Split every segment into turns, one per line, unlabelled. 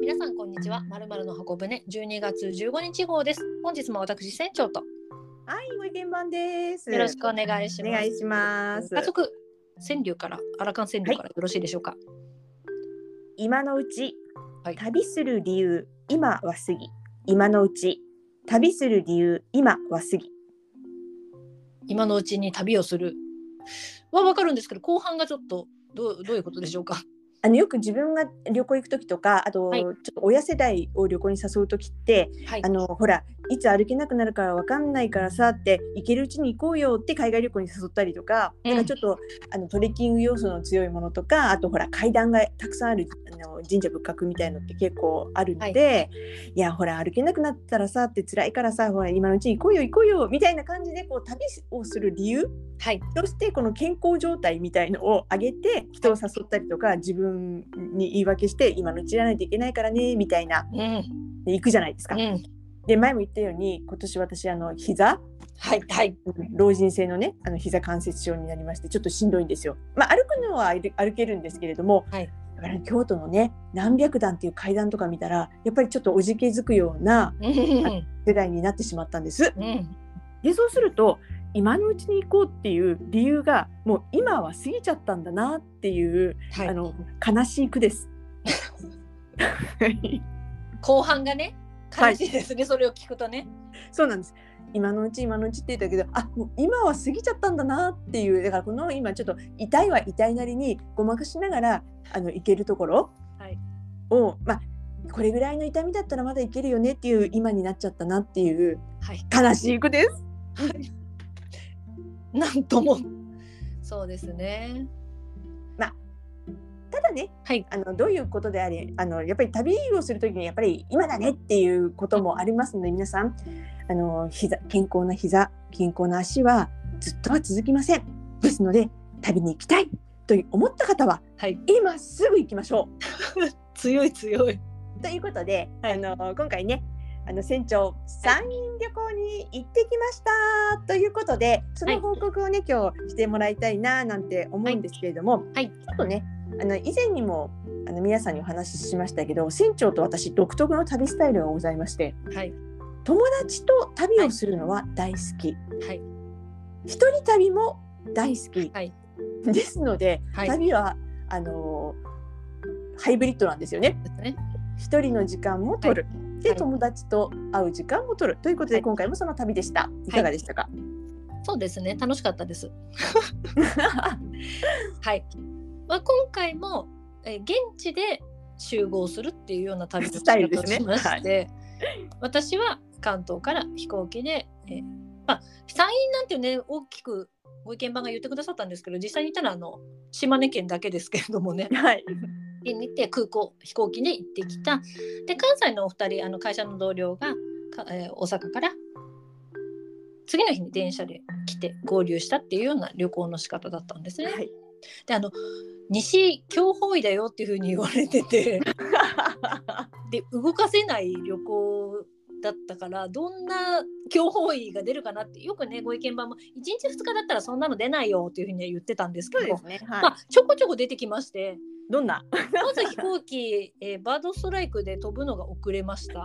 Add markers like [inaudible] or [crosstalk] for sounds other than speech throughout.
んにちは。まるまるの箱舟12月15日号です。本日も私船長と
はい、ご意見番です。
よろしくお願いします。
お願いします
早速川柳から荒川川柳からよろしいでしょうか。
今のうち、
はい
旅する理由、今は過ぎ。今のうち、旅する理由、今は過ぎ。
今のうちに旅をするはわかるんですけど、後半がちょっとどうどういうことでしょうか。
あのよく自分が旅行行く時とか、あと、
はい
ちょっと親世代を旅行に誘う時って、
はい
あ。のほら、いつ歩けなくなるからわかんないからさって、行けるうちに行こうよって海外旅行に誘ったりとか、
うん
なんかちょっとあのトレッキング要素の強いものとか、あとほら階段がたくさんあるあの神社仏閣みたいのって結構あるので、い、やほら歩けなくなったらさって辛いからさ、ほら今のうちに行こうよ行こうよみたいな感じでこう旅をする理由
はい。
そしてこの健康状態みたいのを上げて人を誘ったりとか自分に言い訳して今のうちじゃないといけないからねみたいな
うんうん
で行くじゃないですか。で前も言ったように今年私あの膝
はいはい。
老人性のねあの膝関節症になりましてちょっとしんどいんですよ。まあ、歩くのは歩歩けるんですけれども、
はい
だから京都のね何百段っていう階段とか見たらやっぱりちょっとおじけづくような
うん
世代になってしまったんです。
うん。
でそうすると今のうちに行こうっていう理由がもう今は過ぎちゃったんだなっていう、
はい
あ。の悲しい句 [laughs] です。
後半がね
はい
悲しいですね。それを聞くとね。
そうなんです。今のうち今のうちって言ったけどあもう今は過ぎちゃったんだなっていうだからこの今ちょっと痛いは痛いなりにごまかしながらあの行けるところ
はい
を、まあこれぐらいの痛みだったらまだいけるよねっていう今になっちゃったなっていう
はい。 [laughs]
悲しい句です。
なんとも。そうですね。
ただね、
はい
あのどういうことであれあのやっぱり旅をする時にやっぱり今だねっていうこともありますので皆さんあの膝健康な膝健康な足はずっとは続きません。ですので旅に行きたいと思った方は
はい。
今すぐ行きましょ
強い強い。
うということで、
はい
あの今回ねあの船長山陰旅行に行ってきましたということでその報告をね、今日してもらいたいななんて思うんですけれども、
はい
ちょっとねあの以前にもあの皆さんにお話ししましたけど船長と私独特の旅スタイルがございまして
はい。
友達と旅をするのは大好き、
はい。
一人旅も大好き、
はい
ですので、
はい
旅はあのハイブリッドなんですよね。
ですね。
一人の時間も取る、で、
はい
友達と会う時間も取るということで、
はい
今回もその旅でしたいかがでしたか、
そうですね。楽しかったです。はい。まあ、今回も、えー現地で集合するっていうような旅の
スタイルですね
仕方をしまして、私は関東から飛行機で、えーまあ、山陰なんてね大きくご意見番が言ってくださったんですけど実際にいたらあの島根県だけですけれどもね
はい、
で見て空港飛行機で行ってきたで関西のお二人あの会社の同僚がか、えー大阪から次の日に電車で来て合流したっていうような旅行の仕方だったんですね。 [laughs]
はい、
であの西強方位だよっていうふうに言われててで動かせない旅行だったからどんな強方位が出るかなってよくねご意見番も1日2日だったらそんなの出ないよっていうふうには言ってたんですけ
そう
ど
ですね、はい
まあ、ちょこちょこ出てきまして。
どんな
まず飛行機、えーバードストライクで飛ぶのが遅れま
[laughs]
した。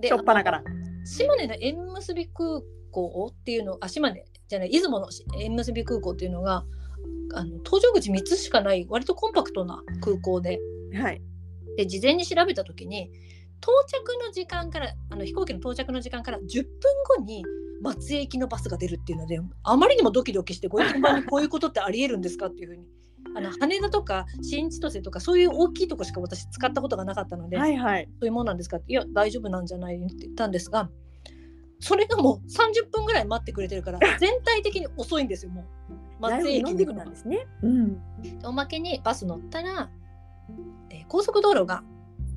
で
しょっぱなから
島根の縁結び空港っていうのあ島根じゃない出雲の縁結び空港っていうのがあの搭乗口3つしかない割とコンパクトな空港で
はい
で事前に調べた時に到着の時間からあの飛行機の到着の時間から10分後に松江行きのバスが出るっていうのであまりにもドキドキしてご意見番
[laughs]
にこういうことってありえるんですかっていうふうにあの羽田とか新千歳とかそういう大きいとこしか私使ったことがなかったので、
はいはい
そういうもんなんですかっていや大丈夫なんじゃないって言ったんですがそれがもう30分ぐらい待ってくれてる
[laughs]
から全体的に遅いんですよもう松江
だいぶ
駅
飲ん
に
で
行くの
きたんですねうん
おまけにバス乗ったら、えー高速道路が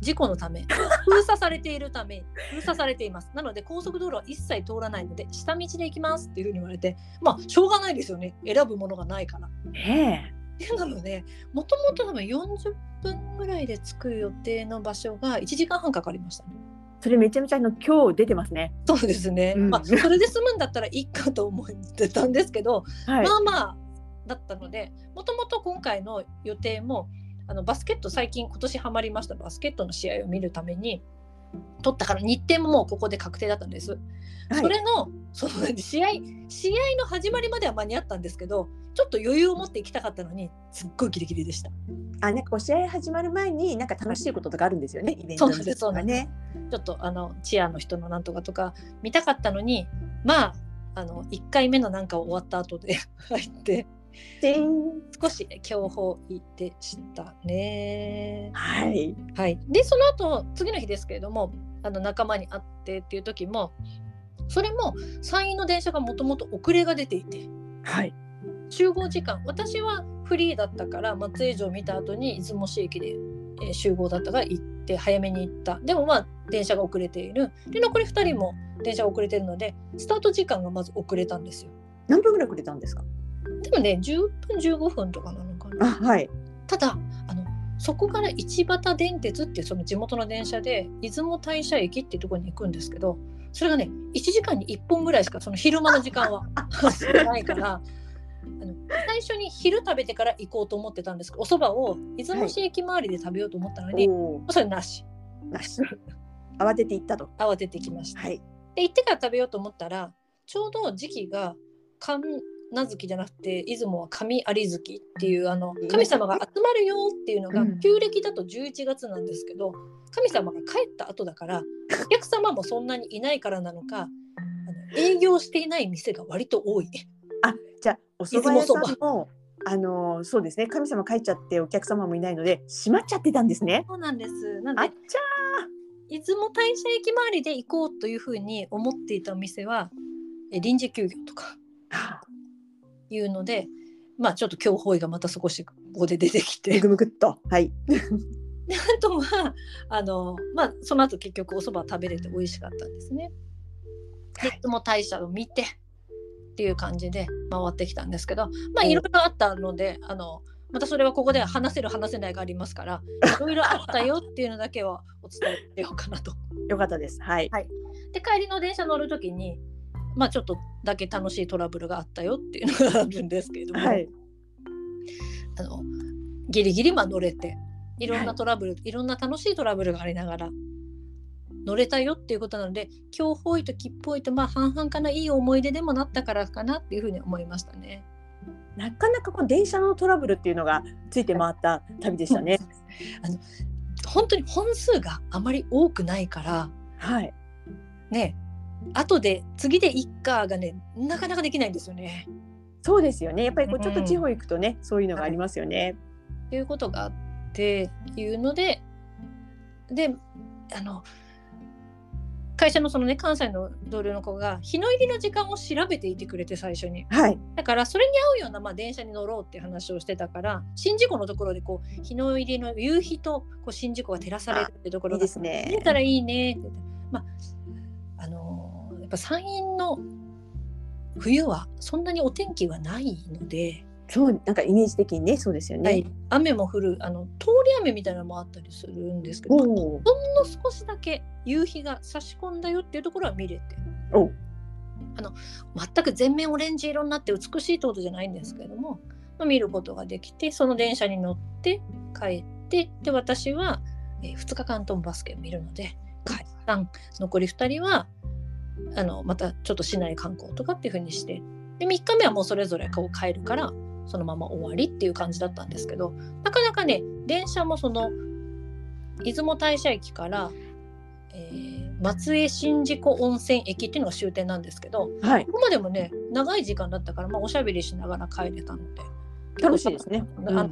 事故のため [laughs] 封鎖されているため封鎖されていますなので高速道路は一切通らないので下道で行きますっていうふうに言われてまあしょうがないですよね選ぶものがないから。
ね
ってなのでもともと多分40分ぐらいで着く予定の場所が1時間半かかりましたね。
えそれめちゃめちゃあの今日出てますね
そうですね、
うん
まあ、それで済むんだったらいいかと思ってたんですけど、
はい
まあまあだったのでもともと今回の予定もあのバスケット最近今年ハマりましたバスケットの試合を見るために取ったから日程ももうここで確定だったんです。
はい
それのそう試合試合の始まりまでは間に合ったんですけどちょっと余裕を持って行きたかったのにすっごいギリギリでした。
あなんかこう試合始まる前になんか楽しいこととかあるんですよね、イベントの時
そ
と
うな
か
んです
ね。
ちょっとあのチアの人のなんとかとか見たかったのにまああの1回目のなんか終わった後で [laughs] 入って
チン
少し強法でしたね。
はい。
はい、でその後次の日ですけれどもあの仲間に会ってっていう時もそれも山陰の電車がもともと遅れが出ていて
はい。
集合時間私はフリーだったから松江城を見た後に出雲市駅で、えー集合だったから行って早めに行ったでもまあ電車が遅れているで残り2人も電車が遅れてるのでスタート時間がまず遅れたんですよ
何分ぐらいくれたんですか。
でもね10分15分とかなのか
あ
な
はい。
ただあのそこから一畑電鉄っていうその地元の電車で出雲大社駅っていうところに行くんですけどそれがね1時間に1本ぐらいしかその昼間の時間はないからあの最初に昼食べてから行こうと思ってたんですけどお蕎麦を出雲市駅周りで食べようと思ったのに、
おお。
それなし
なし。慌てて行ったと。
慌ててきました。
はい。
で行ってから食べようと思ったらちょうど時期が神無月じゃなくて出雲は神有月っていうあの神様が集まるよっていうのが
うん
旧暦だと11月なんですけど神様が帰った後だからお客様もそんなにいないからなのかあの営業していない店が割と多い。
じゃあお蕎麦屋さんもあのーそうですね神様帰っちゃってお客様もいないので閉まっちゃってたんですね。
そうなんですなん
あっ
で
ち
出雲大社駅周りで行こうというふうに思っていたお店はえ臨時休業とか
ゃ
いうのでまあちょっと強包囲がまた少しここで出てき
ー。
て
ぐむぐっとはい。
であとはあの、まあ、その後結局お蕎麦食べれて美味しかったんですね。
は
で
い
出雲大社を見てっていう感じで回ってきたんですけどまあ
お
いろいろあったのであのまたそれはここでは話せる話せないがありますからいろいろあったよっていうのだけはお伝えしようかなと。
よかったです。はい。
で帰りの電車乗る時にまあちょっとだけ楽しいトラブルがあったよっていうのがあるんですけれども、
はい。
あのギリギリまあ乗れていろんなトラブル、い、ろんな楽しいトラブルがありながら乗れたよっていうことなので今日方位と吉方位とまあ半々かないい思い出でもなったからかなっていうふうに思いましたね。
なかなかこの電車のトラブルっていうのがついて回った旅でしたね。
あの本当に本数があまり多くないから
はい。
ね後で次でいっかがねなかなかできないんですよね。
そうですよね。やっぱりこうちょっと
うん
地方行くとね、そういうのがありますよね。
っていうことがあっていうのでであの会社のそのね関西の同僚の子が日の入りの時間を調べていてくれて最初に
はい。
だからそれに合うような、まあ、電車に乗ろうっていう話をしてたから宍道湖のところでこう日の入りの夕日とこう宍道湖が照らされるっていうとこ
い
ろ
い
が
ですね
見え。たらいいねって言ってまああのーやっぱ山陰の冬はそんなにお天気はないので。
そうなんかイメージ的にね、そうですよ
は
ね
い。、雨も降るあの通り雨みたいなのもあったりするんですけど、
お
ほんの
お。
少しだけ夕日が差し込んだよっていうところは見れて
お
あの全く全面オレンジ色になって美しいってことじゃないんですけれども、まあ、見ることができてその電車に乗って帰ってで私は、え2日間ともバスケを見るので解散残り2人はあのまたちょっと市内観光とかっていうふうにしてで3日目はもうそれぞれこう帰るからそのまま終わりっていう感じだったんですけどなかなかね電車もその出雲大社駅から、えー松江宍道湖温泉駅っていうのが終点なんですけど
はい。
ここまでもね長い時間だったから、まあ、おしゃべりしながら帰れたので
楽しいですね。
あの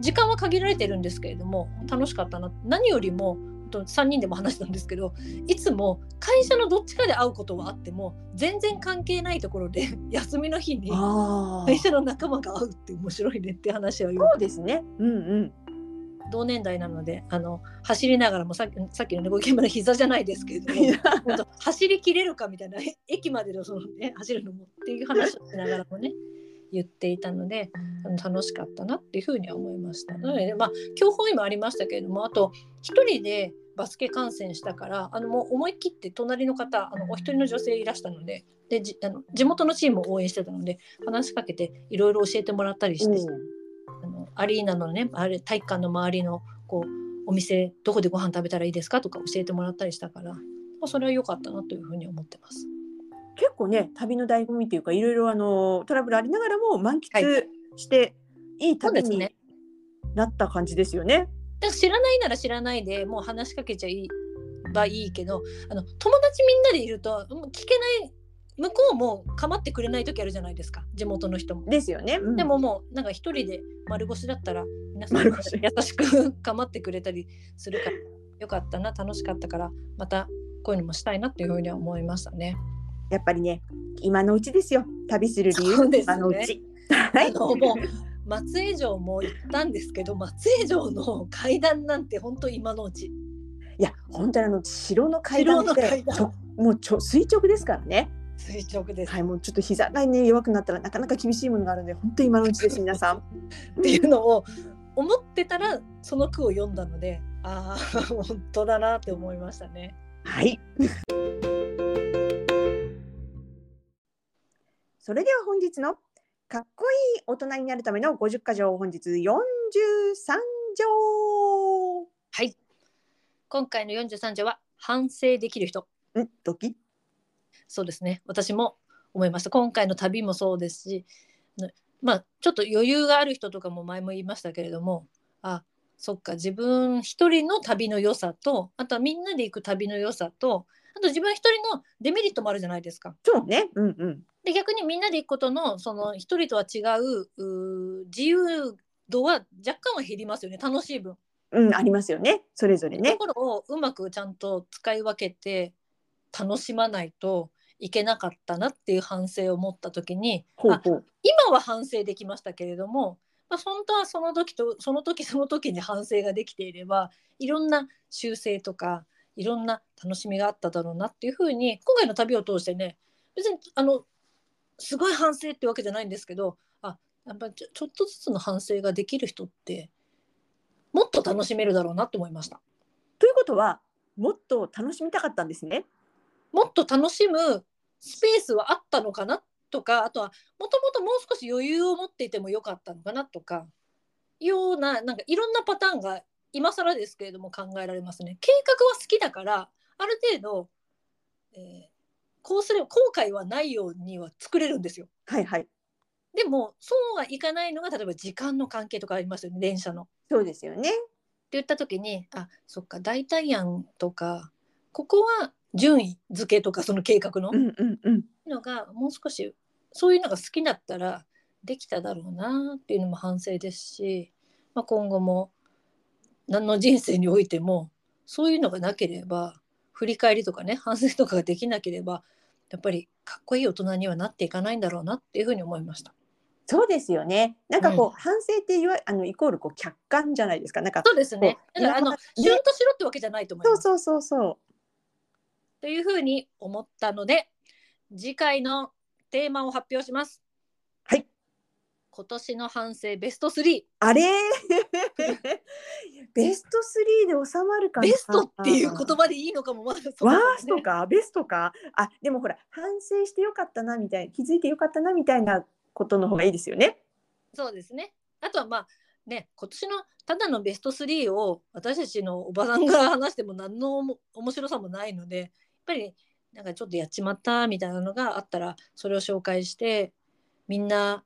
時間は限られてるんですけれども楽しかったな何よりもほんと3人でも話したんですけどいつも会社のどっちかで会うことはあっても全然関係ないところで [laughs] 休みの日に
ああ。
会社の仲間が会うって面白いねって話をよ
そうですね。うんうん。
同年代なのであの走りながらもさっきさっきのねご意見まで膝じゃないですけれども。本当走り切れるかみたいなえ駅までのその、ね、走るのもっていう話をしながらもね言っていたのであの楽しかったなっていうふうには思いました。なので、まあ、競歩もありましたけれどもあと一人でバスケ観戦したからあのもう思い切って隣の方あのお一人の女性いらしたのででじあの地元のチームを応援してたので話しかけていろいろ教えてもらったりして、
うん
あのアリーナのねあれ体育館の周りのこうお店どこでご飯食べたらいいですかとか教えてもらったりしたから、まあ、それは良かったなというふうに思ってます。
結構ね旅の醍醐味というかいろいろあのトラブルありながらも満
は
喫して、い、い
そう
旅
です
に
ね
なった感じですよね。
だから知らないなら知らないでもう話しかけちゃいばいいけどあの友達みんなでいるともう聞けない向こうも構ってくれない時あるじゃないですか地元の人も。
ですよね。うん
でももうなんか一人で丸腰だったら皆さん
丸腰
優しく構ってくれたりするからよかったな楽しかったからまたこういうのもしたいなっていうふうには思いましたね。
やっぱりね今のうちですよ旅する理由
そうですね
今のう
[laughs]
ち。はい
あ
[laughs]
のもう松江城も行ったんですけど松江城の階段なんて本当今のうち
いや本当にあの城の階段っ
城の
て
階段
ちょもうちょ垂直ですからね。
垂直です。
はいもうちょっと膝がね弱くなったらなかなか厳しいものがあるんで本当に今のうちです皆さん。
っていうのを思ってたらその句を読んだのでああ [laughs] 本当だなって思いましたね。
はい。 [laughs] それでは本日のかっこいい大人になるための50箇条本日43条。
はい今回の43条は「反省できる人
んドキッ。」
そうですね私も思いました今回の旅もそうですしねまあちょっと余裕がある人とかも前も言いましたけれどもあそっか自分一人の旅の良さとあとはみんなで行く旅の良さとあと自分一人のデメリットもあるじゃないですか。
そうね。うんうん。
で逆にみんなで行くことのその一人とは違ううー自由度は若干は減りますよね楽しい分、
うんありますよね。それぞれ
と
ね。
ころをうまくちゃんと使い分けて楽しまないといけなかったなっていう反省を持った時に
ほう
あ
ほう。
今は反省できましたけれども、まあ、本当はその時とその時その時に反省ができていればいろんな修正とかいろんな楽しみがあっただろうなっていうふうに今回の旅を通してね別にあのすごい反省ってわけじゃないんですけどあやっぱりちょちょっとずつの反省ができる人ってもっと楽しめるだろうなって思いました。
ということはもっと楽しみたかったんですね。
もっと楽しむスペースはあったのかなとかあとはもともともう少し余裕を持っていてもよかったのかなとかようななんかいろんなパターンが今更ですけれども考えられますね。計画は好きだからある程度、えーこうすれば後悔はないようには作れるんですよ。
はいはい。
でもそうはいかないのが例えば時間の関係とかありますよね電車の。
そうですよね。
って言った時にあそっか代替案とかここは順位付けとかその計画の。
うんうんうん。
のがもう少しそういうのが好きだったらできただろうなっていうのも反省ですし、まあ、今後も何の人生においてもそういうのがなければ振り返りとかね反省とかができなければやっぱりかっこいい大人にはなっていかないんだろうなっていうふうに思いました。
そうですよね。なんかこう、
うん
反省っていわあのイコールこう客観じゃないですか。なんか
そうですね。だ
そう
からあの
ね
シュンとしろってわけじゃないと思い
そ
ま
う
す。
そうそうそう。
というふうに思ったので次回のテーマを発表します。
はい。
今年の反省ベスト3。
あれ [laughs] ベスト3で収まるかな。
ベストっていう言葉でいいのかもまだそこま
ワ
でね
ーストかベストかあでもほら反省してよかったなみたい気づいてよかったなみたいなことの方がいいですよね。
そうですねあとはまあね今年のただのベスト3を私たちのおばさんが話しても何のおも面白さもないのでやっぱりなんかちょっとやっちまったみたいなのがあったらそれを紹介してみんな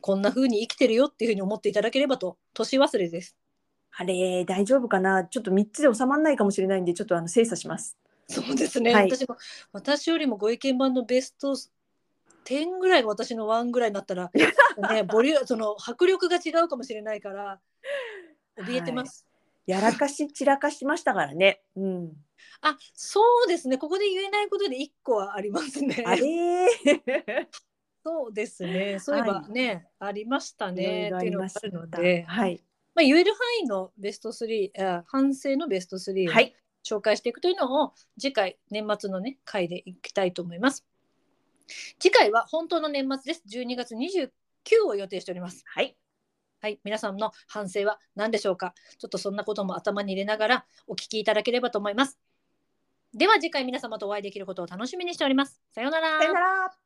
こんな風に生きてるよっていう風に思っていただければと年忘れです
あれ大丈夫かなちょっと3つで収まらないかもしれないんでちょっとあの精査します。
そうですね、
はい
私も私よりもご意見版のベスト10ぐらいが私の1ぐらいになった
[laughs]
ら、ね、ボリューその迫力が違うかもしれないから怯えてます、
やらかし散らかしましたからね。うん、
あそうですねここで言えないことで1個はありますね
あれ
そうですねそういえばね、ありましたね
いろいろ
っていうのが
ありまし
あるの
た
で、
はい
まあ、言える範囲のベスト3あ反省のベスト3を
はい
紹介していくというのを次回年末のね回でいきたいと思います次回は本当の年末です12月29を予定しております
はい
はい皆さんの反省は何でしょうかちょっとそんなことも頭に入れながらお聞きいただければと思いますでは次回皆様とお会いできることを楽しみにしておりますさよう
さよなら。